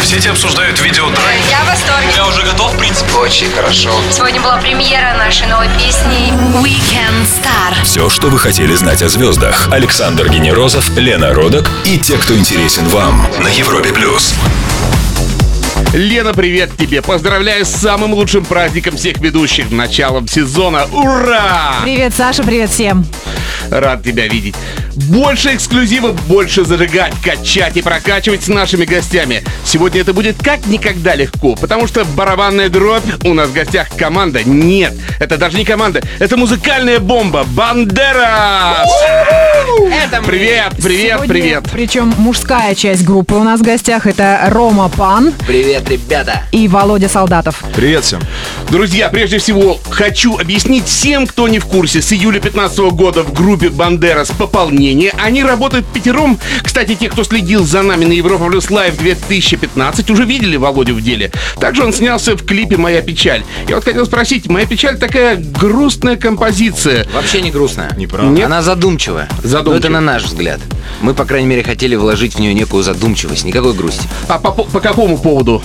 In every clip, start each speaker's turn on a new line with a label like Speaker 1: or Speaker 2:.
Speaker 1: Соцсети обсуждают видео трек.
Speaker 2: Я в восторге.
Speaker 1: Я уже готов, в принципе.
Speaker 3: Очень хорошо.
Speaker 2: Сегодня была премьера нашей новой песни
Speaker 4: We Can Star.
Speaker 5: Все, что вы хотели знать о звездах. Александр Генерозов, Лена Родок и те, кто интересен вам на Европе плюс.
Speaker 6: Лена, привет тебе! Поздравляю с самым лучшим праздником всех ведущих, началом сезона! Ура!
Speaker 7: Привет, Саша, привет всем.
Speaker 6: Рад тебя видеть! Больше эксклюзива, больше зажигать, качать и прокачивать с нашими гостями. Сегодня это будет как никогда легко, потому что барабанная дробь у нас в гостях команда. Нет, это даже не команда, это музыкальная бомба Бандерас! Привет, привет,
Speaker 7: Сегодня,
Speaker 6: привет!
Speaker 7: Причем мужская часть группы у нас в гостях это Рома Пан
Speaker 3: Привет, ребята.
Speaker 7: и Володя Солдатов.
Speaker 8: Привет всем.
Speaker 6: Друзья, прежде всего, хочу объяснить всем, кто не в курсе. С июля 2015 года в группе Бандерас пополнение. Они работают пятером. Кстати, те, кто следил за нами на Европа Плюс Лайв 2015, уже видели Володю в деле. Также он снялся в клипе «Моя печаль». Я вот хотел спросить, «Моя печаль» такая грустная композиция.
Speaker 3: Вообще не грустно.
Speaker 8: Неправда.
Speaker 6: Нет?
Speaker 3: Она задумчивая.
Speaker 6: Задумчивая.
Speaker 3: Но это на наш взгляд. Мы, по крайней мере, хотели вложить в нее некую задумчивость, никакой грусти.
Speaker 6: А по, по- по какому поводу?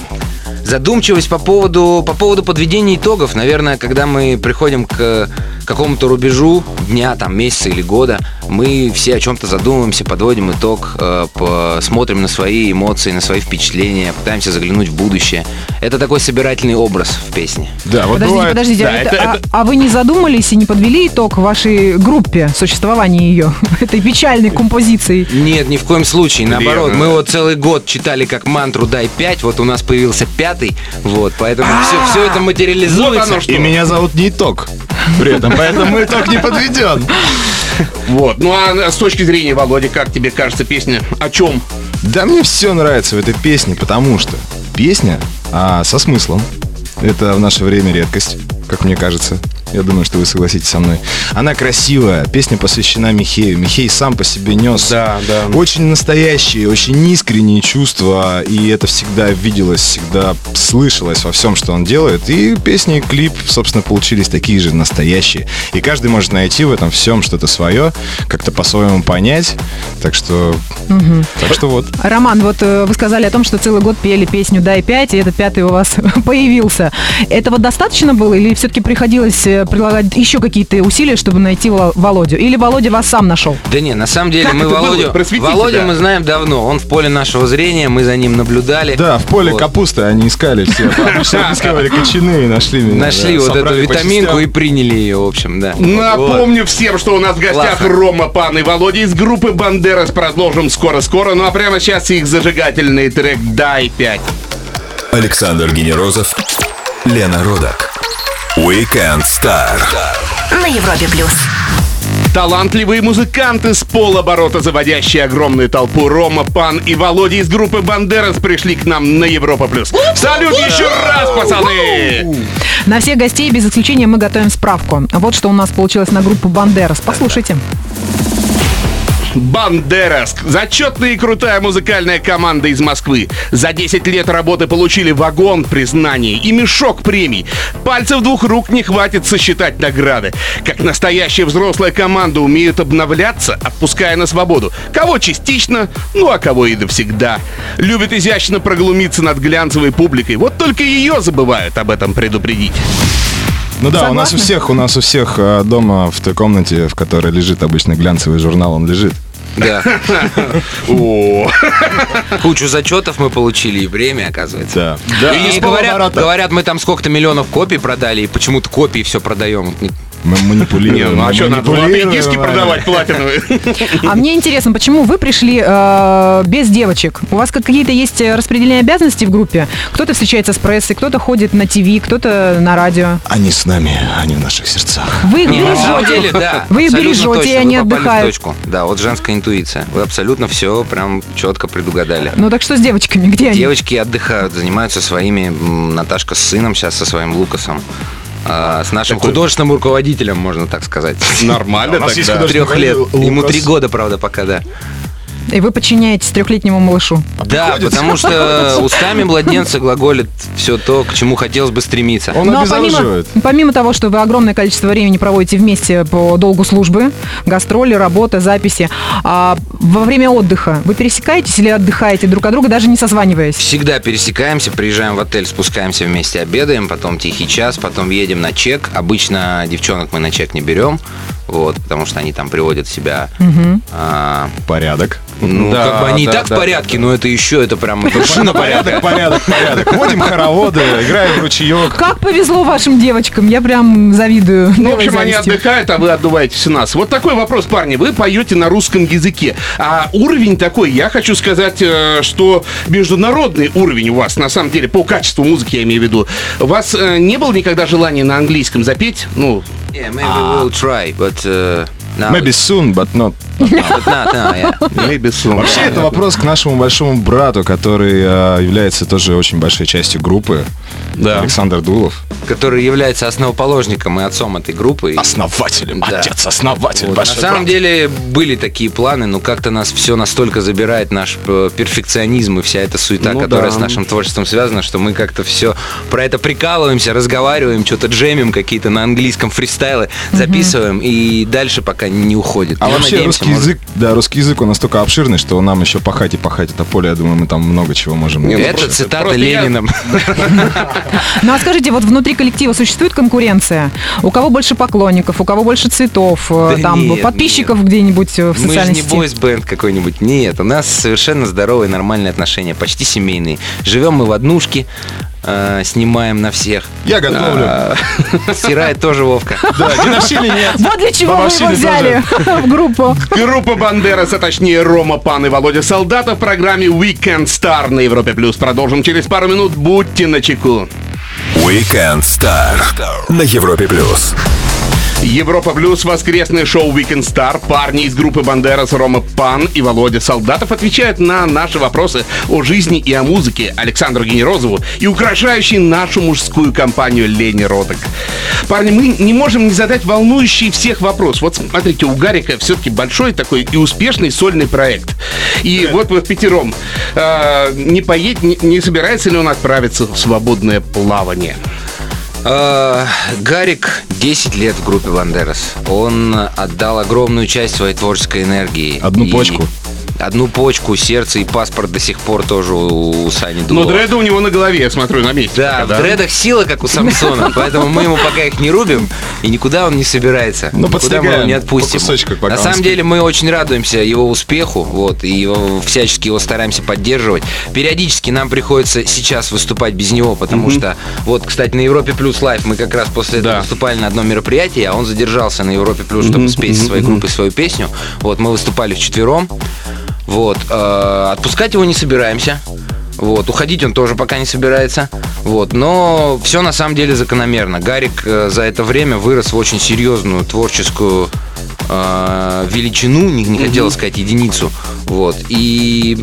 Speaker 3: Задумчивость по поводу, по поводу подведения итогов, наверное, когда мы приходим к какому-то рубежу дня, там, месяца или года, мы все о чем-то задумываемся, подводим итог, э, по- смотрим на свои эмоции, на свои впечатления, пытаемся заглянуть в будущее. Это такой собирательный образ в песне.
Speaker 8: Да, вот
Speaker 7: подождите,
Speaker 8: бывает-
Speaker 7: подождите, а,
Speaker 6: да,
Speaker 7: это-
Speaker 6: это-
Speaker 7: а- а вы не задумались и не подвели итог вашей группе существования ее, этой печальной композиции?
Speaker 3: Нет, ни в коем случае. Наоборот,
Speaker 8: Верно.
Speaker 3: мы вот целый год читали как мантру «Дай пять», вот у нас появился пятый, вот, поэтому все, все это материализуется.
Speaker 6: Вот оно что.
Speaker 8: И меня зовут не Итог. При этом, поэтому итог не подведен.
Speaker 6: Вот. Ну а с точки зрения Володи, как тебе кажется песня? О чем?
Speaker 8: Да мне все нравится в этой песне, потому что песня а, со смыслом. Это в наше время редкость, как мне кажется. Я думаю, что вы согласитесь со мной. Она красивая. Песня посвящена Михею. Михей сам по себе нес
Speaker 6: Да, да.
Speaker 8: очень настоящие, очень искренние чувства. И это всегда виделось, всегда слышалось во всем, что он делает. И песни и клип, собственно, получились такие же настоящие. И каждый может найти в этом всем что-то свое, как-то по-своему понять. Так что... Так что вот.
Speaker 7: Роман, вот э, вы сказали о том, что целый год пели песню «Дай пять», и этот пятый у вас появился. Этого достаточно было или все-таки приходилось э, прилагать еще какие-то усилия, чтобы найти Вол- Володю? Или Володя вас сам нашел?
Speaker 3: Да не, на самом деле
Speaker 6: Как
Speaker 3: мы
Speaker 6: это было?
Speaker 3: Володю,
Speaker 6: Просветите,
Speaker 3: Володю
Speaker 6: да.
Speaker 3: мы знаем давно. Он в поле нашего зрения, мы за ним наблюдали.
Speaker 8: Да, в поле
Speaker 3: Вот.
Speaker 8: капусты они искали все. Обычно искали кочаны и нашли меня.
Speaker 3: Нашли
Speaker 8: да.
Speaker 3: вот эту
Speaker 8: Собрали по
Speaker 3: витаминку
Speaker 8: частям.
Speaker 3: и приняли ее, в общем, да.
Speaker 6: Ну.
Speaker 3: Вот.
Speaker 6: Напомню всем, что у нас в гостях
Speaker 3: Классно.
Speaker 6: Рома Пан и Володя из группы Бандерас. Продолжим скоро-скоро. Ну а прямо сейчас их зажигательный трек «Дай 5».
Speaker 5: Александр Генерозов, Лена Родок. Weekend Star.
Speaker 4: На Европе плюс.
Speaker 6: Талантливые музыканты с полоборота, заводящие огромную толпу Рома Пан и Володя из группы Бандерас пришли к нам на Европа+. плюс. Салют еще раз, пацаны!
Speaker 7: На всех гостей без исключения мы готовим справку. Вот что у нас получилось на группу Бандерас. Послушайте.
Speaker 6: Бандерас. Зачетная и крутая музыкальная команда из Москвы. За 10 лет работы получили вагон признаний и мешок премий. Пальцев двух рук не хватит сосчитать награды. Как настоящая взрослая команда умеют обновляться, отпуская на свободу. Кого частично, ну а кого и навсегда. Любят изящно проглумиться над глянцевой публикой. Вот только ее забывают об этом предупредить.
Speaker 8: Ну да, у нас у
Speaker 7: Согласна.
Speaker 8: всех, у нас у всех э, дома в той комнате, в которой лежит обычно глянцевый журнал, он лежит.
Speaker 3: Да.
Speaker 6: О,
Speaker 3: Кучу зачетов мы получили и время, оказывается.
Speaker 8: Да.
Speaker 3: И
Speaker 8: с
Speaker 3: говорят,
Speaker 8: полоборота.
Speaker 3: говорят, мы там сколько-то миллионов копий продали, и почему-то копии все продаем.
Speaker 8: Мы
Speaker 6: не,
Speaker 8: манипулируем.
Speaker 6: ну а
Speaker 8: мы
Speaker 6: что, надо золотые
Speaker 8: манипулируем,
Speaker 6: диски
Speaker 8: Аня.
Speaker 6: продавать платиновые?
Speaker 7: А мне интересно, почему вы пришли э, без девочек? У вас как- какие-то есть э, распределение обязанностей в группе? Кто-то встречается с прессой, кто-то ходит на ТВ, кто-то на радио.
Speaker 8: Они с нами, они в наших сердцах.
Speaker 7: Вы их
Speaker 3: Не, Ну, на самом
Speaker 7: бережете.
Speaker 3: деле, да.
Speaker 7: Вы их
Speaker 3: абсолютно
Speaker 7: бережете,
Speaker 3: точно,
Speaker 7: и они
Speaker 3: вы попали в
Speaker 7: отдыхают.
Speaker 3: точку. Да, вот женская интуиция. Вы абсолютно все прям четко предугадали.
Speaker 7: Ну так что с девочками? Где они?
Speaker 3: Девочки отдыхают, занимаются своими. М, Наташка с сыном сейчас, со своим Лукасом. А, с нашим художественным руководителем, можно так сказать.
Speaker 6: Нормально
Speaker 8: У нас есть
Speaker 6: тогда.
Speaker 8: художественный
Speaker 3: Трех лет.
Speaker 8: руководитель
Speaker 3: Ему
Speaker 8: Лукас.
Speaker 3: три года, правда, пока, да.
Speaker 7: И вы подчиняетесь трехлетнему малышу.
Speaker 3: Да, потому что устами младенца глаголит все то, к чему хотелось бы стремиться.
Speaker 8: Он
Speaker 7: Ну, а помимо,
Speaker 8: обезоруживает.
Speaker 7: помимо того, что вы огромное количество времени проводите вместе по долгу службы, гастроли, работа, записи, а во время отдыха вы пересекаетесь или отдыхаете друг от друга, даже не созваниваясь?
Speaker 3: Всегда пересекаемся, приезжаем в отель, спускаемся вместе, обедаем, потом тихий час, потом едем на чек. Обычно девчонок мы на чек не берем, вот, потому что они там приводят себя. а,
Speaker 8: Порядок.
Speaker 3: ну,
Speaker 8: Да,
Speaker 3: как бы они
Speaker 8: да,
Speaker 3: и так
Speaker 8: да,
Speaker 3: в порядке, но это еще, это прям вершина порядка.
Speaker 8: Порядок, порядок, порядок. Водим хороводы, играем в ручеек.
Speaker 7: Как повезло вашим девочкам, я прям завидую.
Speaker 6: Ну, в
Speaker 7: белой
Speaker 6: общем, они
Speaker 7: завистью.
Speaker 6: отдыхают, а вы отдуваетесь у нас. Вот такой вопрос, парни. Вы поете на русском языке. А уровень такой, я хочу сказать, э, что международный уровень у вас, на самом деле, по качеству музыки, я имею в виду. У вас э, не было никогда желания на английском запеть? Ну,
Speaker 3: Yeah, maybe we'll try, but, uh, no,
Speaker 8: Maybe soon, but not.
Speaker 3: but not now, yeah.
Speaker 8: Вообще, это вопрос к нашему большому брату, который э, является тоже очень большой частью группы.
Speaker 6: Да.
Speaker 8: Александр Дулов.
Speaker 3: Который является основоположником и отцом этой группы. И
Speaker 8: Основателем,
Speaker 3: Да.
Speaker 8: отец-основатель.
Speaker 3: Вот, На самом деле были такие планы, но как-то нас все настолько забирает наш э, перфекционизм и вся эта суета,
Speaker 6: Ну
Speaker 3: которая
Speaker 6: да.
Speaker 3: с нашим творчеством связана, что мы как-то все про это прикалываемся, разговариваем, что-то джемим какие-то на английском фристайлы, записываем и дальше пока не уходит.
Speaker 8: А
Speaker 3: Но
Speaker 8: вообще
Speaker 3: надеемся,
Speaker 8: русский
Speaker 3: может-
Speaker 8: язык, да, русский язык, он настолько обширный, что нам еще пахать и пахать это поле, я думаю, мы там много чего можем.
Speaker 6: ну,
Speaker 3: Это
Speaker 6: просто-
Speaker 3: цитата
Speaker 6: просто я-
Speaker 3: Ленина.
Speaker 7: Ну а скажите, вот внутри коллектива существует конкуренция? У кого больше поклонников, у кого больше цветов, э,
Speaker 3: Да
Speaker 7: там
Speaker 3: нет,
Speaker 7: подписчиков где-нибудь э, в
Speaker 3: Мы же
Speaker 7: социальной
Speaker 3: не
Speaker 7: сети?
Speaker 3: бойс-бенд какой-нибудь. Нет, у нас совершенно здоровые, нормальные отношения, почти семейные. Живем мы в однушке, э, снимаем на всех.
Speaker 8: Я готовлю.
Speaker 3: А, Стирает тоже Вовка.
Speaker 8: Да, дедовщины нет.
Speaker 7: Вот для чего вы его
Speaker 8: Бабовщины
Speaker 7: взяли в группу.
Speaker 6: Группа Бандерас, а точнее Рома Пан и Володя Солдата в программе Weekend Star на Европе Плюс. Продолжим через пару минут. Будьте начеку.
Speaker 5: Weekend Star на Европе плюс.
Speaker 6: Европа Плюс, воскресное шоу Weekend Star. Парни из группы Бандерас, Рома Пан и Володя Солдатов отвечают на наши вопросы о жизни и о музыке Александру Генерозову и украшающей нашу мужскую компанию Лене Родок. Парни, мы не можем не задать волнующий всех вопрос. Вот смотрите, у Гарика все-таки большой такой и успешный сольный проект. И вот вы в пятером. Э, не поедет, не, не собирается ли он отправиться в свободное плавание?
Speaker 3: Э, Гарик 10 лет в группе Бандерас. Он отдал огромную часть своей творческой энергии.
Speaker 8: Одну
Speaker 3: И
Speaker 8: почку.
Speaker 3: Одну почку, сердце и паспорт до сих пор тоже у у Сани
Speaker 6: Но
Speaker 3: Дулова.
Speaker 6: дреды Ну, у него на голове, я смотрю, на месте.
Speaker 3: Да, в
Speaker 6: Пока,
Speaker 3: дредах сила, как у Самсона, поэтому мы ему пока их не рубим, и никуда он не собирается. Никуда мы
Speaker 8: Ну,
Speaker 3: его
Speaker 8: подстригаем
Speaker 3: не
Speaker 8: по
Speaker 3: отпустим.
Speaker 8: кусочку, пока
Speaker 3: На
Speaker 8: он
Speaker 3: самом
Speaker 8: спит.
Speaker 3: деле мы очень радуемся его успеху, вот, и его- всячески его стараемся поддерживать. Периодически нам приходится сейчас выступать без него, потому что, вот, кстати, на Европе Плюс Лайф мы как раз после этого
Speaker 6: Да.
Speaker 3: выступали на одном мероприятии, а он задержался на Европе Плюс, чтобы спеть со своей группой свою песню. Вот, мы выступали вчетвером. Вот. э, Отпускать его не собираемся. Вот, уходить он тоже пока не собирается. Вот, но все на самом деле закономерно. Гарик э, за это время вырос в очень серьезную творческую э, величину, не, не хотела сказать единицу. Вот. И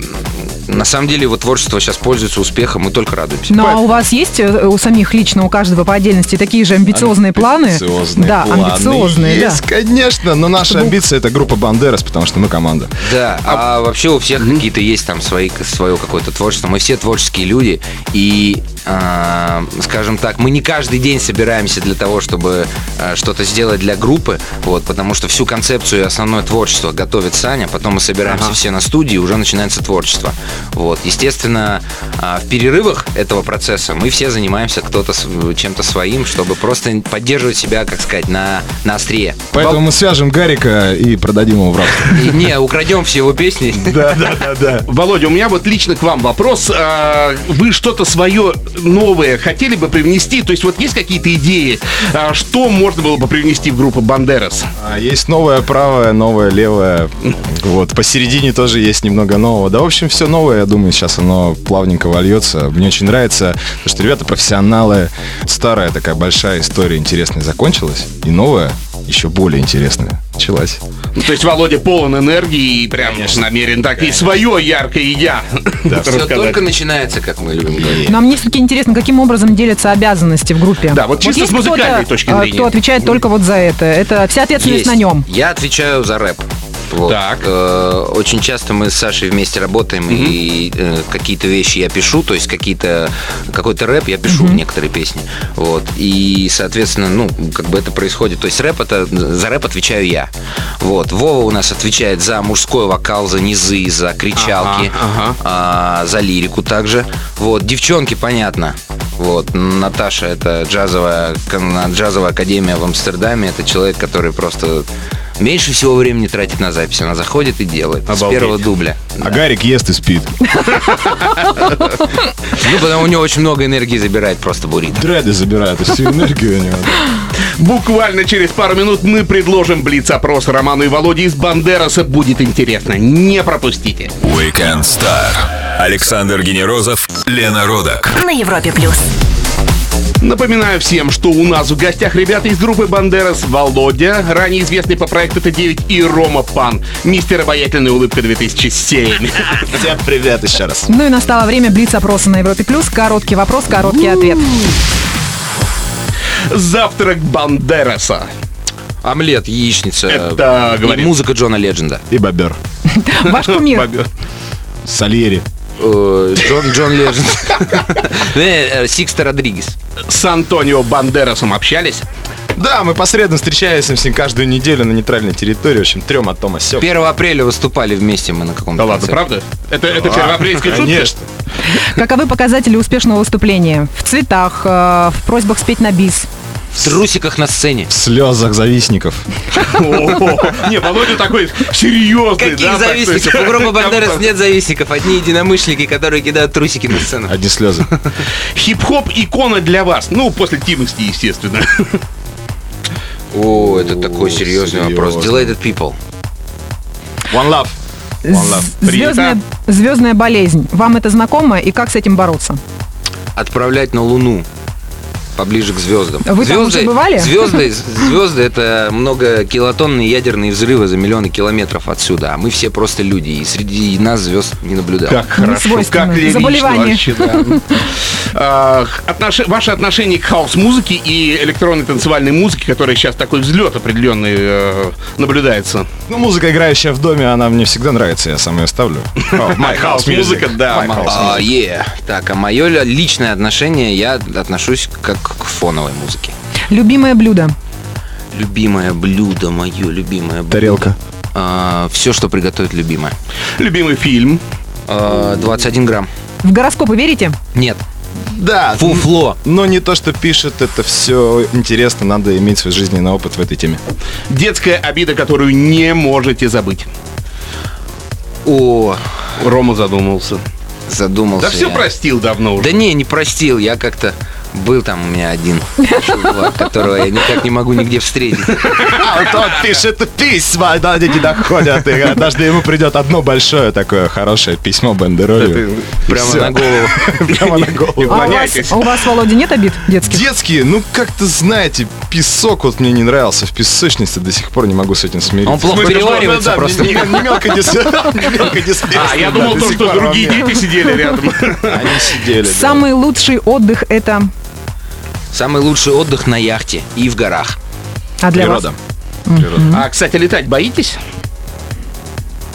Speaker 3: м, на самом деле его творчество сейчас пользуется успехом, мы только
Speaker 6: Типа
Speaker 3: радуемся.
Speaker 7: Ну а у вас есть э, у самих лично, у каждого по отдельности такие же амбициозные планы?
Speaker 8: Амбициозные
Speaker 7: Да,
Speaker 8: планы.
Speaker 7: амбициозные, да.
Speaker 8: Есть, конечно, но наша амбиция это группа Бандерас, потому что мы команда.
Speaker 3: Да, а, вообще у всех какие-то есть там свои, свое какое-то творчество. Мы все творческие люди, и, э, скажем так, мы не каждый день собираемся для того, чтобы э, что-то сделать для группы, вот, потому что всю концепцию и основное творчество готовит Саня, потом мы собираемся все на студии, и уже начинается творчество. Вот, естественно, а, в перерывах этого процесса мы все занимаемся кто-то с- чем-то своим, чтобы просто поддерживать себя, как сказать, на, на острие.
Speaker 8: Поэтому мы свяжем Гарика и продадим его в рабство.
Speaker 3: И Не, украдем все его песни.
Speaker 8: Да, да, да, да.
Speaker 6: Володя, у меня вот лично к вам вопрос. А, Вы что-то свое новое хотели бы привнести? То есть вот есть какие-то идеи, а, что можно было бы привнести в группу Бандерас?
Speaker 8: А Есть новое правое, новое левое. Вот, посередине тоже есть немного нового. Да, в общем, все новое, я думаю, сейчас оно плавненько вольется. Мне очень нравится, потому что ребята профессионалы. Старая такая большая история интересная закончилась, и новая еще более интересная началась.
Speaker 6: Ну, То есть Володя полон энергии и прям намерен так и свое яркое я
Speaker 3: Все
Speaker 6: рассказать.
Speaker 3: только начинается, как мы любим говорить.
Speaker 7: Нам мне все-таки интересно, каким образом делятся обязанности в группе.
Speaker 6: Да, вот чисто
Speaker 7: есть
Speaker 6: с музыкальной
Speaker 7: кто-то,
Speaker 6: точки
Speaker 7: а,
Speaker 6: зрения.
Speaker 7: Кто отвечает только вот за это. Это вся
Speaker 3: Есть.
Speaker 7: ответственность на нем.
Speaker 3: Я отвечаю за рэп. Вот.
Speaker 6: Так.
Speaker 3: Э, Очень часто мы с Сашей вместе работаем, и э, какие-то вещи я пишу, то есть какие-то какой-то рэп я пишу некоторые песни. Вот. И, соответственно, ну, как бы это происходит. То есть рэп это за рэп отвечаю я. Вот. Вова у нас отвечает за мужской вокал, за низы, за кричалки,
Speaker 6: Ага, ага.
Speaker 3: а, за лирику также. Вот. Девчонки, понятно. Вот. Наташа это джазовая, кон- джазовая академия в Амстердаме. Это человек, который просто меньше всего времени тратит на запись. Она заходит и делает. С
Speaker 6: Обалдеть.
Speaker 3: первого дубля.
Speaker 8: А Гарик ест и спит.
Speaker 3: Ну, потому у него очень много энергии забирает просто бурит.
Speaker 8: Дреды забирают и всю энергию у него.
Speaker 6: Буквально через пару минут мы предложим блиц-опрос Роману и Володе из Бандераса. Будет интересно, не пропустите.
Speaker 5: Weekend Star. Александр Генерозов, Лена Родок.
Speaker 4: На Европе плюс.
Speaker 6: Напоминаю всем, что у нас в гостях ребята из группы Бандерас Володя, ранее известный по проекту Т9 и Рома Пан, мистер обаятельная улыбка 2007.
Speaker 8: Всем привет еще раз.
Speaker 7: Ну и настало время блиц-опроса на Европе+. плюс. Короткий вопрос, короткий ответ.
Speaker 6: Завтрак Бандераса.
Speaker 3: Омлет, яичница.
Speaker 6: Это
Speaker 3: и
Speaker 6: говорит-
Speaker 3: музыка Джона Ледженда.
Speaker 8: И бобер.
Speaker 7: Ваш кумир.
Speaker 6: Бобер.
Speaker 8: Сальери.
Speaker 3: Э, Джон, Джон Ледженд. Э, э, Сиксто Родригес.
Speaker 6: С Антонио Бандерасом общались?
Speaker 8: Да, мы посредственно встречаемся с ним каждую неделю на нейтральной территории. В общем, трем о том о сём.
Speaker 3: 1 апреля выступали вместе мы на каком-то
Speaker 6: Да ладно,
Speaker 3: концерте.
Speaker 6: правда? Это, это первоапрельская шутка?
Speaker 8: А, Конечно.
Speaker 7: Каковы показатели успешного выступления? В цветах, э, в просьбах спеть на бис.
Speaker 3: В трусиках на сцене.
Speaker 8: В слезах завистников.
Speaker 6: О, Не, Володя такой серьезный. да,
Speaker 3: Каких
Speaker 6: так, то
Speaker 3: завистников?
Speaker 6: есть-
Speaker 3: У группы Бандерас нет завистников. Одни единомышленники, которые кидают трусики на сцену.
Speaker 8: Одни слезы.
Speaker 6: Хип-хоп икона для вас. Ну, после Тимости, естественно.
Speaker 3: О, это такой серьезный вопрос.
Speaker 8: серьезно.
Speaker 3: Delighted People.
Speaker 8: One love. One love.
Speaker 7: Звездная, звездная болезнь. Вам это знакомо и как с этим бороться?
Speaker 3: Отправлять на Луну поближе к звездам.
Speaker 7: Вы там уже бывали?
Speaker 3: Звезды, звезды это многокилотонные ядерные взрывы за миллионы километров отсюда. А мы все просто люди, и среди нас звезд не наблюдал.
Speaker 6: Как хорошо,
Speaker 7: свойственно.
Speaker 6: как лирично
Speaker 7: Заболевание.
Speaker 6: вообще, да. А, х- отнош- Ваше отношение к хаос-музыке и электронной танцевальной музыке, которая сейчас такой взлет определенный э, наблюдается.
Speaker 8: Ну, музыка, играющая в доме, она мне всегда нравится, я сам ее ставлю. My
Speaker 6: house музыка, да,
Speaker 8: My
Speaker 6: my
Speaker 8: house
Speaker 3: А,
Speaker 8: music.
Speaker 3: е. Так, а мое личное отношение, я отношусь как к фоновой музыке.
Speaker 7: Любимое блюдо.
Speaker 3: Любимое блюдо, мое любимое блюдо.
Speaker 8: Тарелка.
Speaker 3: все, А, что приготовит любимое.
Speaker 6: Любимый фильм.
Speaker 3: А, 21 грамм.
Speaker 7: В гороскопы верите?
Speaker 3: Нет.
Speaker 6: А
Speaker 8: Да.
Speaker 3: Фуфло.
Speaker 8: Но не то, что пишет, это все интересно, надо иметь свой жизненный опыт в этой теме.
Speaker 6: Детская обида, которую не можете забыть.
Speaker 3: О,
Speaker 6: Рома задумался.
Speaker 3: задумался.
Speaker 6: Да все
Speaker 3: я.
Speaker 6: простил давно уже.
Speaker 3: Да не, не простил. Я как-то был там у меня один чувак, которого я никак не могу нигде встретить.
Speaker 8: Антон А, пишет письма, да, дети доходят. И однажды ему придет одно большое такое хорошее письмо Бандеролю. И
Speaker 3: Прямо
Speaker 8: всё.
Speaker 3: на голову.
Speaker 8: Прямо на голову.
Speaker 7: А у вас,
Speaker 6: Наклоняйтесь.
Speaker 7: а у вас, Володя, нет обид детских?
Speaker 8: Детские, ну как-то, знаете, песок вот мне не нравился в песочнице, до сих пор не могу с этим смириться.
Speaker 3: Он плохо
Speaker 8: В смысле, что-
Speaker 3: переваривается
Speaker 8: Ну, да,
Speaker 3: просто.
Speaker 8: Не, не- не мелко дис- не мелко дисперсно,
Speaker 6: А, я
Speaker 8: да,
Speaker 6: думал,
Speaker 8: до
Speaker 6: то,
Speaker 8: сих
Speaker 6: что
Speaker 8: пор во
Speaker 6: другие
Speaker 8: мне.
Speaker 6: дети сидели рядом.
Speaker 8: Они сидели. да.
Speaker 7: Самый лучший отдых это...
Speaker 3: Самый лучший отдых на яхте и в горах.
Speaker 7: А для вас?
Speaker 8: Природа. Природа.
Speaker 6: А, кстати, летать боитесь?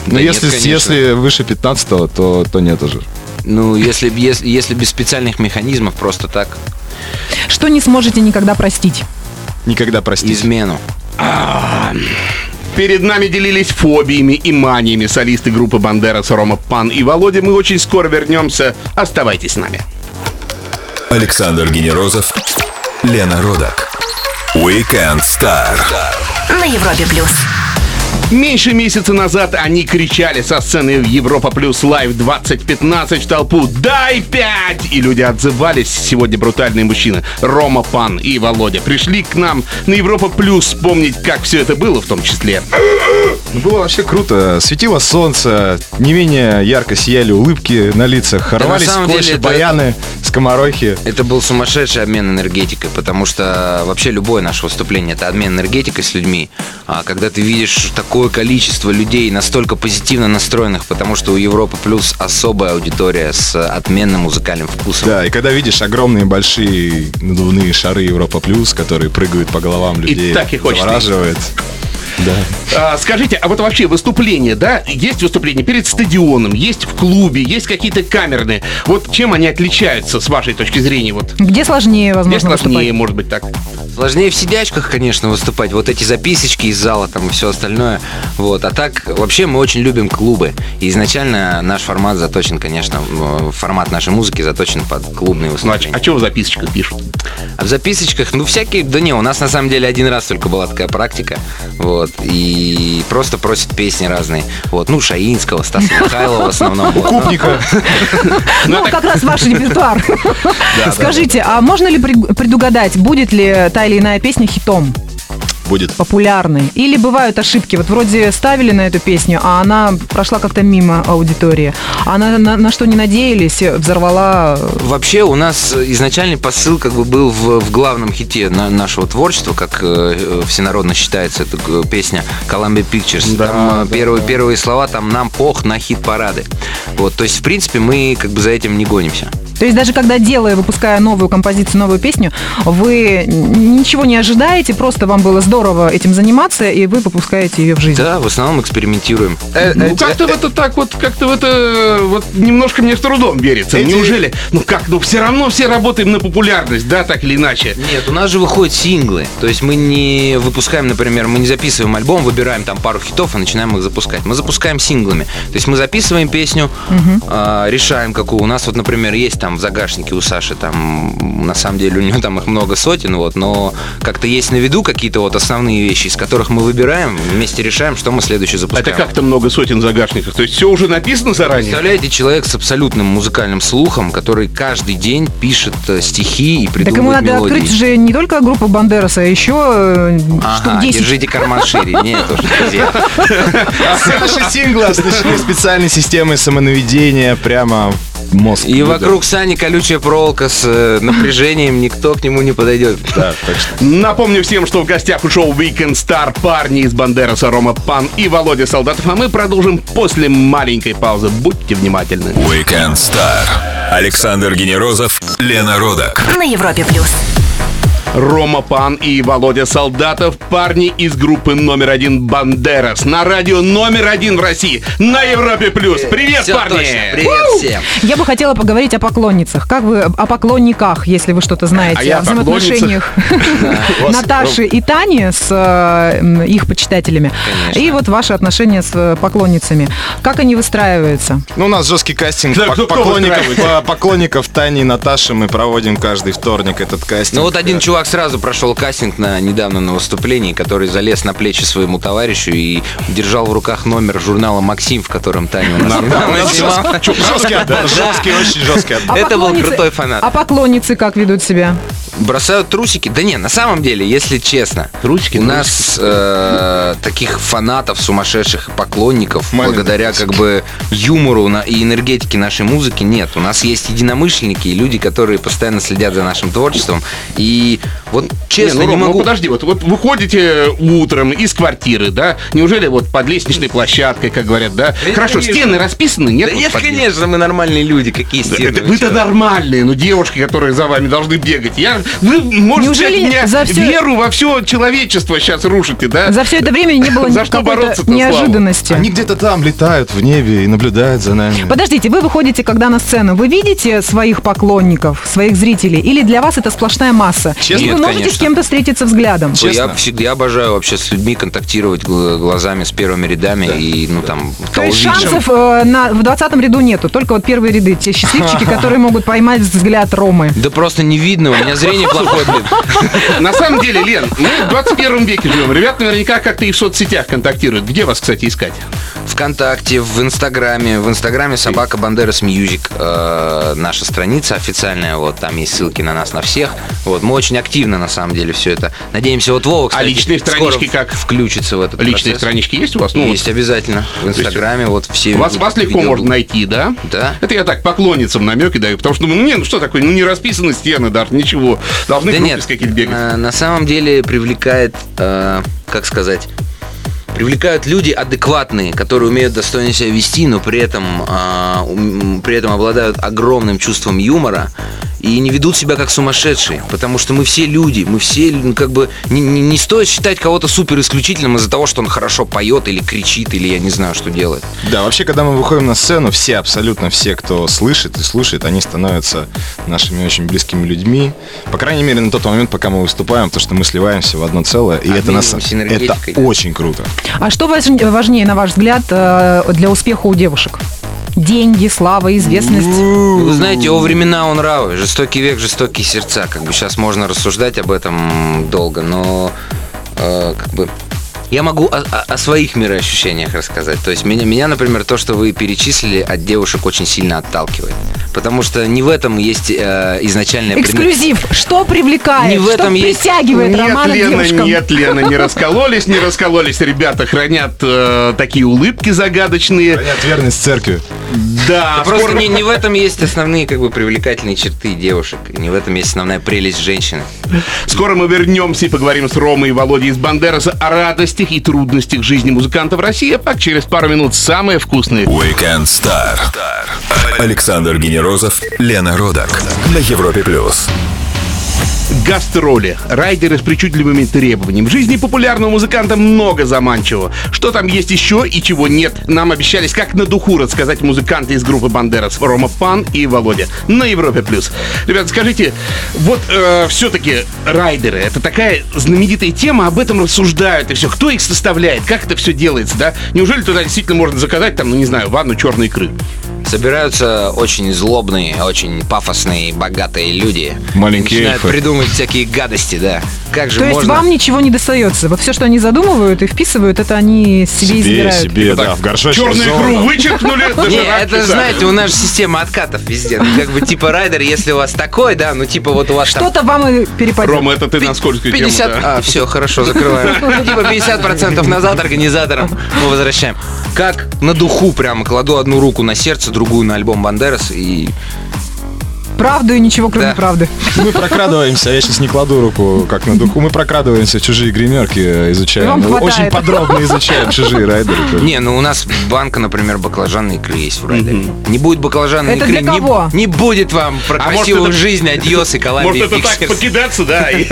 Speaker 8: Ну,
Speaker 3: Да
Speaker 8: если,
Speaker 3: нет, конечно.
Speaker 8: если выше 15 то, то нет уже.
Speaker 3: Ну, если, б- ес- если без специальных механизмов, просто так,
Speaker 7: Что не сможете никогда простить?
Speaker 8: Никогда простите.
Speaker 3: измену.
Speaker 6: Перед нами делились фобиями и маниями солисты группы Бандерас, Рома Пан и Володя. Мы очень скоро вернемся. Оставайтесь с нами.
Speaker 5: Александр Генерозов, Лена Родок. Weekend Star.
Speaker 4: На Европе плюс.
Speaker 6: Меньше месяца назад они кричали со сцены в Европа Плюс Лайв 2015 в толпу «Дай пять!» И люди отзывались. Сегодня брутальные мужчины Рома Пан и Володя пришли к нам на Европа Плюс вспомнить, как все это было в том числе.
Speaker 8: Ну, было вообще круто. Светило солнце, не менее ярко сияли улыбки на лицах,
Speaker 3: на
Speaker 8: рвались
Speaker 3: самом
Speaker 8: клочья
Speaker 3: деле это-
Speaker 8: баяны, скоморохи.
Speaker 3: Это был сумасшедший обмен энергетикой, потому что вообще любое наше выступление это обмен энергетикой с людьми. А когда ты видишь такое количество людей настолько позитивно настроенных, потому что у Европы плюс особая аудитория с отменным музыкальным вкусом.
Speaker 8: Да, и когда видишь огромные большие надувные шары Европа Плюс, которые прыгают по головам людей,
Speaker 6: так и хочется.
Speaker 8: завораживает.
Speaker 6: А, скажите, а вот вообще выступления, да? Есть выступления перед стадионом, есть в клубе, есть какие-то камерные. Вот чем они отличаются с вашей точки зрения? Вот
Speaker 7: Где сложнее,
Speaker 6: где
Speaker 7: возможно,
Speaker 6: сложнее,
Speaker 7: выступать?
Speaker 6: может быть, так?
Speaker 3: Сложнее в сидячках, конечно, выступать. Вот эти записочки из зала там и все остальное. Вот. А так, вообще мы очень любим клубы. И изначально наш формат заточен, конечно, м, формат нашей музыки заточен под клубные
Speaker 6: Ну, а, ч-
Speaker 3: выступления.
Speaker 6: а что в записочках пишут?
Speaker 3: А в записочках, ну, всякие, да не, у нас на самом деле один раз только была такая практика, вот, и просто просят песни разные, вот, ну, Шаинского, Стаса Михайлова в основном. вот.
Speaker 8: Купника.
Speaker 7: Ну,
Speaker 6: а
Speaker 7: как раз ваш репертуар.
Speaker 6: да.
Speaker 7: Скажите, а можно ли пред- предугадать, будет ли та или иная песня хитом
Speaker 8: Будет.
Speaker 7: популярной? Или бывают ошибки? Вот вроде ставили на эту песню, а она прошла как-то мимо аудитории. Она на, на что не надеялись, взорвала...
Speaker 3: Ну, Вообще у нас изначальный посыл как бы был в, в главном хите на- нашего творчества, как э, всенародно считается эта э, песня Columbia Pictures.
Speaker 6: Да,
Speaker 3: там э,
Speaker 6: да,
Speaker 3: первые, первые слова там «нам пох на хит-парады». Вот, то есть, в принципе, мы как бы за этим не гонимся.
Speaker 7: То есть даже когда делая, выпуская новую композицию, новую песню, вы н- ничего не ожидаете, просто вам было здорово этим заниматься, и вы выпускаете ее в жизнь.
Speaker 3: Да, в основном экспериментируем.
Speaker 6: Ну, как-то в это так вот, как-то в это вот немножко мне с трудом верится.
Speaker 8: Эти-
Speaker 6: Неужели? Ну как, ну все равно все работаем на популярность, да, так или иначе.
Speaker 3: Нет, у нас же выходят синглы. То есть мы не выпускаем, например, мы не записываем альбом, выбираем там пару хитов и начинаем их запускать. Мы запускаем синглами. То есть мы записываем песню, а, решаем, какую. У нас вот, например, есть там в загашнике у Саши, там, м, на самом деле, у него там их много сотен, вот, но как-то есть на виду какие-то вот основные вещи, из которых мы выбираем, вместе решаем, что мы следующее запускаем.
Speaker 6: Это как-то много сотен загашников. То есть все уже написано заранее?
Speaker 3: Представляете, человек с абсолютным музыкальным слухом, который каждый день пишет э, стихи и придумывает
Speaker 7: Так ему надо
Speaker 3: мелодии.
Speaker 7: открыть же не только группу Бандераса, а еще э, штук
Speaker 3: Ага,
Speaker 7: 10.
Speaker 3: держите карман шире. Не, то, что газета.
Speaker 8: Наши синглы оснащены специальной системой самонаведения прямо в мозг.
Speaker 3: И
Speaker 8: Ну, да.
Speaker 3: вокруг Сани колючая проволока с э, напряжением, никто к нему не подойдет.
Speaker 8: Да, так что
Speaker 6: Напомню всем, что в гостях у шоу Weekend Star парни из Бандераса, Рома Пан и Володя Солдатов. А мы продолжим после маленькой паузы. Будьте внимательны.
Speaker 5: Weekend Star. Александр Генерозов, Лена Родак.
Speaker 4: На Европе плюс.
Speaker 6: Рома Пан и Володя Солдатов, парни из группы номер один Бандерас на радио номер один в России на Европе плюс. Привет,
Speaker 3: Э, Всё
Speaker 6: парни!
Speaker 3: точно. Привет всем.
Speaker 7: Я бы хотела поговорить о поклонницах. Как вы о поклонниках, если вы что-то знаете,
Speaker 6: А я
Speaker 7: о
Speaker 6: о
Speaker 7: взаимоотношениях Наташи и Тани с э, м, их почитателями. И вот ваши отношения с э, поклонницами. Как они выстраиваются?
Speaker 8: Ну, у нас жесткий кастинг
Speaker 6: Да,
Speaker 8: пок-
Speaker 6: кто- кто
Speaker 8: поклонников,
Speaker 6: выстраивает?
Speaker 8: по- поклонников Тани и Наташи. Мы проводим каждый вторник этот кастинг.
Speaker 3: Ну вот один чувак сразу прошел кастинг на недавно на выступлении, который залез на плечи своему товарищу и держал в руках номер журнала «Максим», в котором Таня у нас недавно снимала.
Speaker 8: Жесткий отбор, жесткий, очень жесткий отбор.
Speaker 7: А
Speaker 3: Это был
Speaker 7: поклонницы-
Speaker 3: крутой фанат.
Speaker 7: А поклонницы как ведут себя?
Speaker 3: Бросают трусики? Да не, на самом деле, если честно,
Speaker 6: Трусики,
Speaker 3: у нас э, таких фанатов, сумасшедших поклонников,
Speaker 8: Маленькие
Speaker 3: благодаря как бы юмору на- и энергетике нашей музыки нет. У нас есть единомышленники и люди, которые постоянно следят за нашим творчеством. И вот честно, не,
Speaker 6: Не, ну, Ром, ну,
Speaker 3: могу...
Speaker 6: подожди, вот, вот выходите утром из квартиры, да? Неужели вот под лестничной площадкой, как говорят, да?
Speaker 3: нет,
Speaker 6: Хорошо,
Speaker 3: конечно.
Speaker 6: стены расписаны, нет?
Speaker 3: Да
Speaker 6: вот
Speaker 3: нет,
Speaker 6: под лестницей?
Speaker 3: конечно, мы нормальные люди, какие
Speaker 6: Да,
Speaker 3: стены.
Speaker 6: это-
Speaker 3: вы
Speaker 6: Вы-то
Speaker 3: чё?
Speaker 6: нормальные, но девушки, которые за вами должны бегать. Я, вы, может,
Speaker 7: Неужели
Speaker 6: сказать, меня
Speaker 7: за всё-
Speaker 6: веру во все человечество сейчас рушите, да?
Speaker 7: За все это время не было
Speaker 6: За что бороться-то,
Speaker 7: какой-то
Speaker 6: Слава?
Speaker 7: неожиданности.
Speaker 8: Они где-то там летают в небе и наблюдают за нами.
Speaker 7: Подождите, вы выходите, когда на сцену, вы видите своих поклонников, своих зрителей, или для вас это сплошная масса?
Speaker 8: Честно?
Speaker 7: или вы
Speaker 3: Нет,
Speaker 7: можете
Speaker 3: конечно.
Speaker 7: с кем-то встретиться взглядом?
Speaker 3: Ой, Я
Speaker 8: Честно?
Speaker 3: всегда я обожаю вообще с людьми контактировать гл- глазами с первыми рядами и ну там
Speaker 7: То есть
Speaker 3: толжить.
Speaker 7: шансов э, на, в 20 ряду нету, только вот первые ряды, те счастливчики, которые могут поймать взгляд Ромы.
Speaker 3: Да просто не видно, у меня зрение плохое. блин.
Speaker 6: На самом деле, Лен, мы в 21 веке живем. Ребят наверняка как-то и в соцсетях контактируют. Где вас, кстати, искать?
Speaker 3: ВКонтакте, в Инстаграме. В Инстаграме собака Бандерас Мьюзик. э, Наша страница официальная. Вот там есть ссылки на нас, на всех. Вот мы очень активно на самом деле все это. Надеемся, вот Вова, кстати,
Speaker 6: А личные
Speaker 3: скоро
Speaker 6: странички как?
Speaker 3: включится в этот
Speaker 6: Личные
Speaker 3: процесс.
Speaker 6: странички есть у вас? Ну,
Speaker 3: Есть обязательно. В
Speaker 6: есть
Speaker 3: Инстаграме вот все.
Speaker 6: Вас, вас легко
Speaker 3: видео-
Speaker 6: можно найти, да?
Speaker 3: Да.
Speaker 6: Это я так поклонницам намеки даю, потому что, думаю, ну, не, ну что такое, ну не расписаны стены, даже ничего. Должны
Speaker 3: Да
Speaker 6: группы
Speaker 3: нет,
Speaker 6: с каких бегать.
Speaker 3: э, на самом деле привлекает, э, как сказать, привлекают люди адекватные, которые умеют достойно себя вести, но при этом, а, ум- при этом обладают огромным чувством юмора и не ведут себя как сумасшедшие, потому что мы все люди, мы все ну, как бы не, не- не стоит считать кого-то супер исключительным из-за того, что он хорошо поет или кричит или я не знаю что делает.
Speaker 8: Да, вообще, когда мы выходим на сцену, все, абсолютно все, кто слышит и слушает, они становятся нашими очень близкими людьми. По крайней мере, на тот момент, пока мы выступаем, потому что мы сливаемся в одно целое, и это, на самом-
Speaker 3: Обмениваемся
Speaker 8: это
Speaker 3: энергетикой, да.
Speaker 8: очень круто.
Speaker 7: А что важ- важнее, на ваш взгляд, э, для успеха у девушек? Деньги, слава, известность?
Speaker 3: Вы знаете, о времена он нравы. Жестокий век, жестокие сердца. Как бы сейчас можно рассуждать об этом долго, но э, как бы я могу о, о- о своих мироощущениях рассказать. То есть меня, меня, например, то, что вы перечислили, от девушек очень сильно отталкивает. Потому что не в этом есть э, изначальная пред-
Speaker 7: Эксклюзив. Что привлекает?
Speaker 3: Не в этом
Speaker 7: что
Speaker 3: есть-
Speaker 7: притягивает романа к
Speaker 6: Лена,
Speaker 7: девушкам?
Speaker 6: нет, Лена, не раскололись, не раскололись. Ребята хранят э, такие улыбки загадочные.
Speaker 8: Хранят верность церкви.
Speaker 6: Да,
Speaker 3: Просто
Speaker 6: скоро-
Speaker 3: не, не в этом есть основные как бы привлекательные черты девушек. и Не в этом есть основная прелесть женщины.
Speaker 6: Скоро мы вернемся и поговорим с Ромой и Володей из Бандераса о радостях и трудностях жизни музыкантов России. А так через пару минут самое вкусное.
Speaker 5: Weekend Star. Александр Генерозов, Лена Родак на Европе плюс.
Speaker 6: Гастроли. Райдеры с причудливыми требованиями. В жизни популярного музыканта много заманчивого. Что там есть еще и чего нет, нам обещались как на духу рассказать музыканты из группы Бандерас. Рома Пан и Володя на Европе+. плюс. Ребят, скажите, вот все-таки райдеры, это такая знаменитая тема, об этом рассуждают и все. Кто их составляет, как это все делается, да? Неужели туда действительно можно заказать, там, ну не знаю, ванну черной икры?
Speaker 3: Собираются очень злобные, очень пафосные, богатые люди.
Speaker 8: Маленькие
Speaker 3: И Начинают
Speaker 8: эльфы.
Speaker 3: придумывать всякие гадости, да. Как же
Speaker 7: То есть
Speaker 3: можно...
Speaker 7: вам ничего не достается. Вот все, что они задумывают и вписывают, это они себе,
Speaker 8: Себе,
Speaker 7: избирают.
Speaker 8: себе, да, в горшочек.
Speaker 6: Черную икру
Speaker 8: золотом.
Speaker 6: вычеркнули,
Speaker 3: Не,
Speaker 6: доширак
Speaker 3: это,
Speaker 6: писали.
Speaker 3: знаете, у нас же система откатов везде. Ну, как бы, типа, райдер, если у вас такой, да, ну, типа, вот у вас там...
Speaker 7: Что-то вам и перепадет.
Speaker 6: Рома, это ты на скользкую тему,
Speaker 3: 50...
Speaker 6: да.
Speaker 3: А, все, хорошо, закрываем. Ну, Типа 50% назад организаторам мы возвращаем. Как на духу прямо кладу одну руку на сердце, другую на альбом Бандерас и...
Speaker 7: Правду и ничего, кроме
Speaker 3: Да.
Speaker 7: правды.
Speaker 8: Мы прокрадываемся, я сейчас не кладу руку как на духу. Мы прокрадываемся в чужие гримерки, э, изучаем.
Speaker 7: Вам
Speaker 8: Мы
Speaker 7: хватает.
Speaker 8: Очень подробно изучаем чужие райдеры.
Speaker 3: Не, ну у нас банка, например, баклажанной икры есть в райдере. Не будет баклажанной
Speaker 7: Это
Speaker 3: икры,
Speaker 7: для
Speaker 3: не-
Speaker 7: кого?
Speaker 3: Не, будет вам про
Speaker 6: А может,
Speaker 3: красивую
Speaker 6: это-
Speaker 3: жизнь, адьос и Колумбия
Speaker 6: Может, это так
Speaker 3: Pictures.
Speaker 6: покидаться, да? и-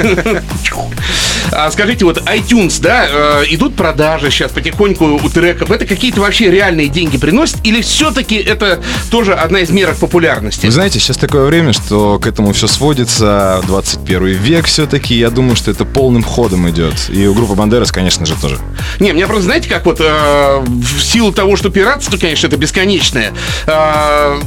Speaker 6: А скажите, вот iTunes, да, э, идут продажи сейчас потихоньку у треков. Это какие-то вообще реальные деньги приносят? Или все-таки это тоже одна из мерок популярности?
Speaker 8: Вы знаете, сейчас такое время, что к этому все сводится, 21 век все-таки, я думаю, что это полным ходом идет. И у группы Бандерас, конечно же, тоже.
Speaker 6: Не, меня просто, знаете, как вот э, в силу того, что пиратство, конечно, это бесконечное, э,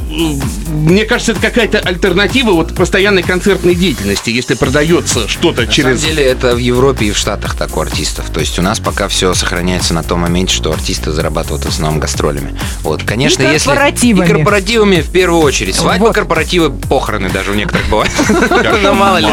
Speaker 6: мне кажется, это какая-то альтернатива вот постоянной концертной деятельности, если продается что-то
Speaker 3: На
Speaker 6: через...
Speaker 3: самом деле это в Европе и в Штатах так у артистов. То есть у нас пока все сохраняется на том моменте, что артисты зарабатывают в основном гастролями. Вот, конечно,
Speaker 7: И
Speaker 3: если...
Speaker 7: корпоративами.
Speaker 3: И корпоративами в первую очередь. Свадьбы,
Speaker 7: Вот.
Speaker 3: корпоративы, похороны даже у некоторых бывают. Ну, мало ли.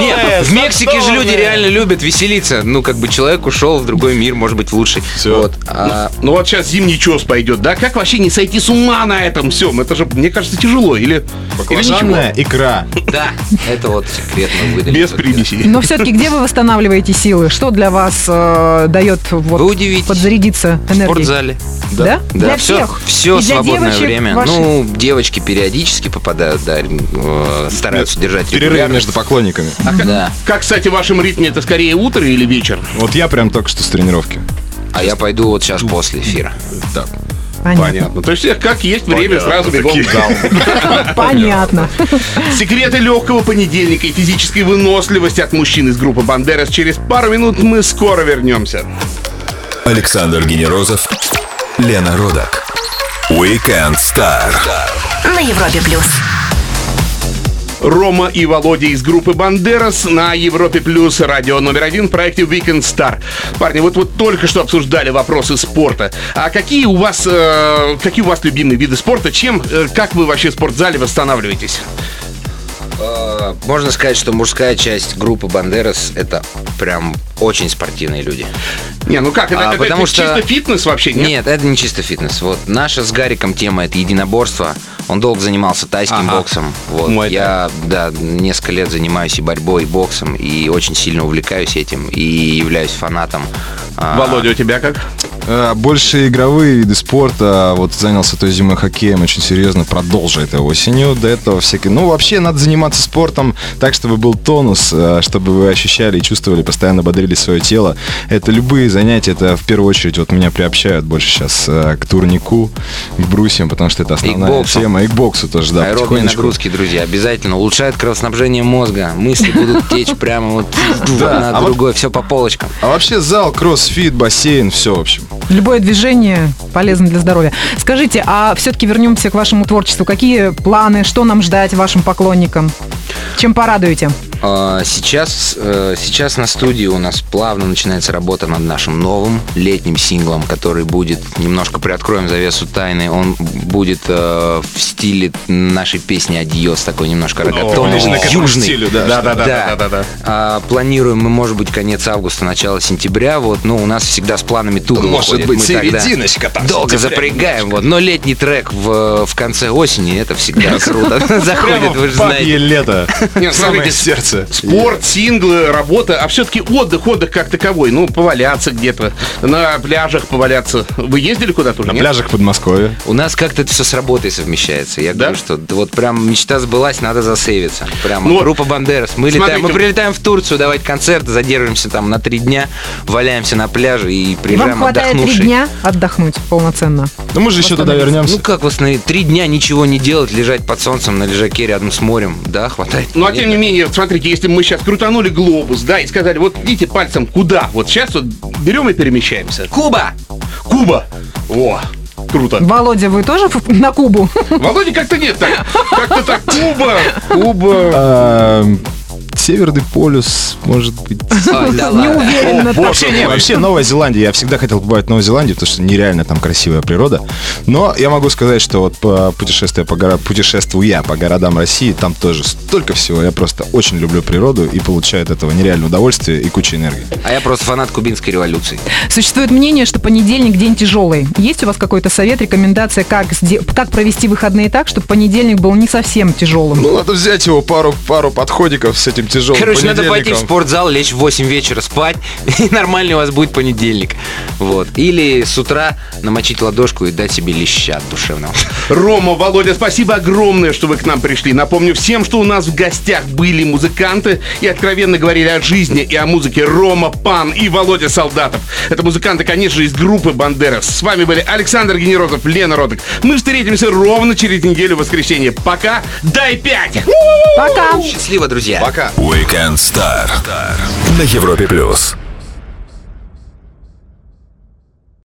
Speaker 3: Нет, в Мексике же люди реально любят веселиться. Ну, как бы человек ушел в другой мир, может быть, в лучший.
Speaker 8: Всё.
Speaker 3: Вот. А,
Speaker 6: Ну вот сейчас зимний чес пойдет, да? Как вообще не сойти с ума на этом всем? Это же, мне кажется, тяжело. Или, или ничего.
Speaker 8: Баклажанная икра.
Speaker 3: Да, это вот секретно выдали.
Speaker 6: Без примесей.
Speaker 7: Но все-таки где вы восстанавливаете силы? Что для вас э, дает вот,
Speaker 3: Вы удивитесь.
Speaker 7: подзарядиться
Speaker 3: В
Speaker 7: энергией?
Speaker 3: спортзале.
Speaker 7: Да? Для
Speaker 3: все,
Speaker 7: всех.
Speaker 3: Все
Speaker 7: И для
Speaker 3: свободное
Speaker 7: девочек
Speaker 3: время.
Speaker 7: ваших.
Speaker 3: Ну, девочки периодически попадают, да, э, стараются держать
Speaker 8: Перерыв
Speaker 3: регулярность.
Speaker 8: между поклонниками.
Speaker 3: Да.
Speaker 6: А Как, кстати, в вашем ритме это скорее утро или вечер?
Speaker 8: Вот я прям только что с тренировки.
Speaker 3: А я пойду вот сейчас после эфира.
Speaker 8: Да.
Speaker 7: Понятно.
Speaker 6: Ну, то есть, как есть время, сразу бегом в зал.
Speaker 7: Понятно.
Speaker 6: Секреты легкого понедельника и физической выносливости от мужчин из группы Бандерас. Через пару минут мы скоро вернемся.
Speaker 5: Александр Генерозов, Лена Родак. Weekend Star.
Speaker 4: На Европе плюс.
Speaker 6: Рома и Володя из группы Бандерас на Европе Плюс, радио номер один в проекте Weekend Star. Парни, вот вот только что обсуждали вопросы спорта. А какие у вас, э, какие у вас любимые виды спорта? Чем, э, как вы вообще в спортзале восстанавливаетесь?
Speaker 3: Э, Можно сказать, что мужская часть группы Бандерас это прям очень спортивные люди.
Speaker 6: Не, ну как, это,
Speaker 3: А,
Speaker 6: это-
Speaker 3: потому
Speaker 6: это
Speaker 3: что-
Speaker 6: чисто фитнес вообще, нет?
Speaker 3: Нет, это не чисто фитнес. Вот наша с Гариком тема это единоборство. Он долго занимался тайским
Speaker 6: Ага.
Speaker 3: боксом. Вот.
Speaker 6: Мой
Speaker 3: я, да, несколько лет занимаюсь и борьбой, и боксом, и очень сильно увлекаюсь этим, и являюсь фанатом. а,
Speaker 6: Володя, у тебя как?
Speaker 8: Э, Больше игровые виды спорта. Вот занялся той зимой хоккеем очень серьезно. Продолжу это осенью. До этого всякие... Ну, вообще, надо заниматься спортом так, чтобы был тонус, э, чтобы вы ощущали и чувствовали, постоянно бодрили свое тело. Это любые занятия. Это в первую очередь вот меня приобщают больше сейчас к турнику, к брусьям, потому что это
Speaker 3: И к
Speaker 8: основная
Speaker 3: боксу.
Speaker 8: тема. И к боксу тоже, да,
Speaker 3: Аэробные
Speaker 8: потихонечку.
Speaker 3: нагрузки, друзья, обязательно улучшают кровоснабжение мозга. Мысли будут течь прямо вот
Speaker 8: Да,
Speaker 3: одна
Speaker 8: а вот-
Speaker 3: другой, все по полочкам.
Speaker 8: А вообще зал, кроссфит, бассейн, все, в общем.
Speaker 7: Любое движение полезно для здоровья. Скажите, а все-таки вернемся к вашему творчеству. Какие планы, что нам ждать вашим поклонникам? Чем порадуете?
Speaker 3: А, Сейчас, э, сейчас на студии у нас плавно начинается работа над нашим новым летним синглом, который будет, немножко приоткроем завесу тайны, он будет э, в стиле нашей песни «Адьос», такой немножко рогатоновый, южный.
Speaker 8: да.
Speaker 3: Да. А, планируем мы, может быть, конец августа, начало сентября. Вот, но у нас всегда с планами туго
Speaker 8: Может
Speaker 3: выходит.
Speaker 8: быть,
Speaker 3: Мы тогда
Speaker 8: серединочка там.
Speaker 3: Долго запрягаем, вот. Но летний трек в, в конце осени, это всегда круто. Заходит, вы же знаете.
Speaker 8: лето.
Speaker 6: Нет,
Speaker 8: Самое
Speaker 6: смотрите,
Speaker 8: сердце.
Speaker 6: Спорт, синглы, работа, а все-таки отдых, отдых как таковой. Ну, поваляться где-то, на пляжах поваляться. Вы ездили куда-то уже?
Speaker 8: На
Speaker 6: нет?
Speaker 8: пляжах Подмосковья.
Speaker 3: У нас как-то это все с работой совмещается. Я
Speaker 6: Да?
Speaker 3: говорю, что вот прям мечта сбылась, надо засейвиться. Прям
Speaker 6: Ну,
Speaker 3: группа Бандерас. Мы
Speaker 6: смотрите.
Speaker 3: летаем, мы прилетаем в Турцию давать концерт, задерживаемся там на три дня, валяемся на пляже и
Speaker 7: И
Speaker 3: приезжаем
Speaker 7: вам хватает
Speaker 3: отдохнувшие.
Speaker 7: три дня отдохнуть полноценно.
Speaker 8: Ну мы же еще туда
Speaker 3: Ну
Speaker 8: вернемся.
Speaker 3: как восстановить? Три дня ничего не делать, лежать под солнцем на лежаке рядом с морем. Да, хватает.
Speaker 6: Ну, а тем не менее, вот смотрите, если бы мы сейчас крутанули глобус, да, и сказали, вот идите пальцем куда, вот сейчас вот берем и перемещаемся.
Speaker 3: Куба!
Speaker 6: Куба! О, круто.
Speaker 7: Володя, вы тоже ф- на Кубу?
Speaker 6: Володя, как-то нет так. Как-то так, Куба, Куба.
Speaker 8: А, Северный полюс, может быть.
Speaker 3: Ой, да
Speaker 7: Не
Speaker 3: ладно.
Speaker 7: уверена. так.
Speaker 8: Вообще, не, вообще Новая Зеландия. Я всегда хотел побывать в Новой Зеландии, потому что нереально там красивая природа. Но я могу сказать, что вот по путешествия по горо- путешествую я по городам России, там тоже столько всего. Я просто очень люблю природу и получаю от этого нереальное удовольствие и кучу энергии.
Speaker 3: А я просто фанат кубинской революции.
Speaker 7: Существует мнение, что понедельник день тяжелый. Есть у вас какой-то совет, рекомендация, как, сде- как провести выходные так, чтобы понедельник был не совсем тяжелым?
Speaker 8: Ну, надо взять его пару, пару подходиков с этим тяжелым
Speaker 3: Короче, надо пойти в спортзал, лечь в 8 вечера спать, и нормальный у вас будет понедельник. Вот. Или с утра намочить ладошку и дать себе леща душевного.
Speaker 6: Рома, Володя, спасибо огромное, что вы к нам пришли. Напомню всем, что у нас в гостях были музыканты и откровенно говорили о жизни и о музыке Рома Пан и Володя Солдатов. Это музыканты, конечно, из группы Бандерас. С вами были Александр Генерозов, Лена Роток. Мы встретимся ровно через неделю в воскресенье. Пока, дай пять!
Speaker 7: Пока!
Speaker 3: Счастливо, друзья!
Speaker 8: Пока.
Speaker 5: Weekend Star на Европе плюс.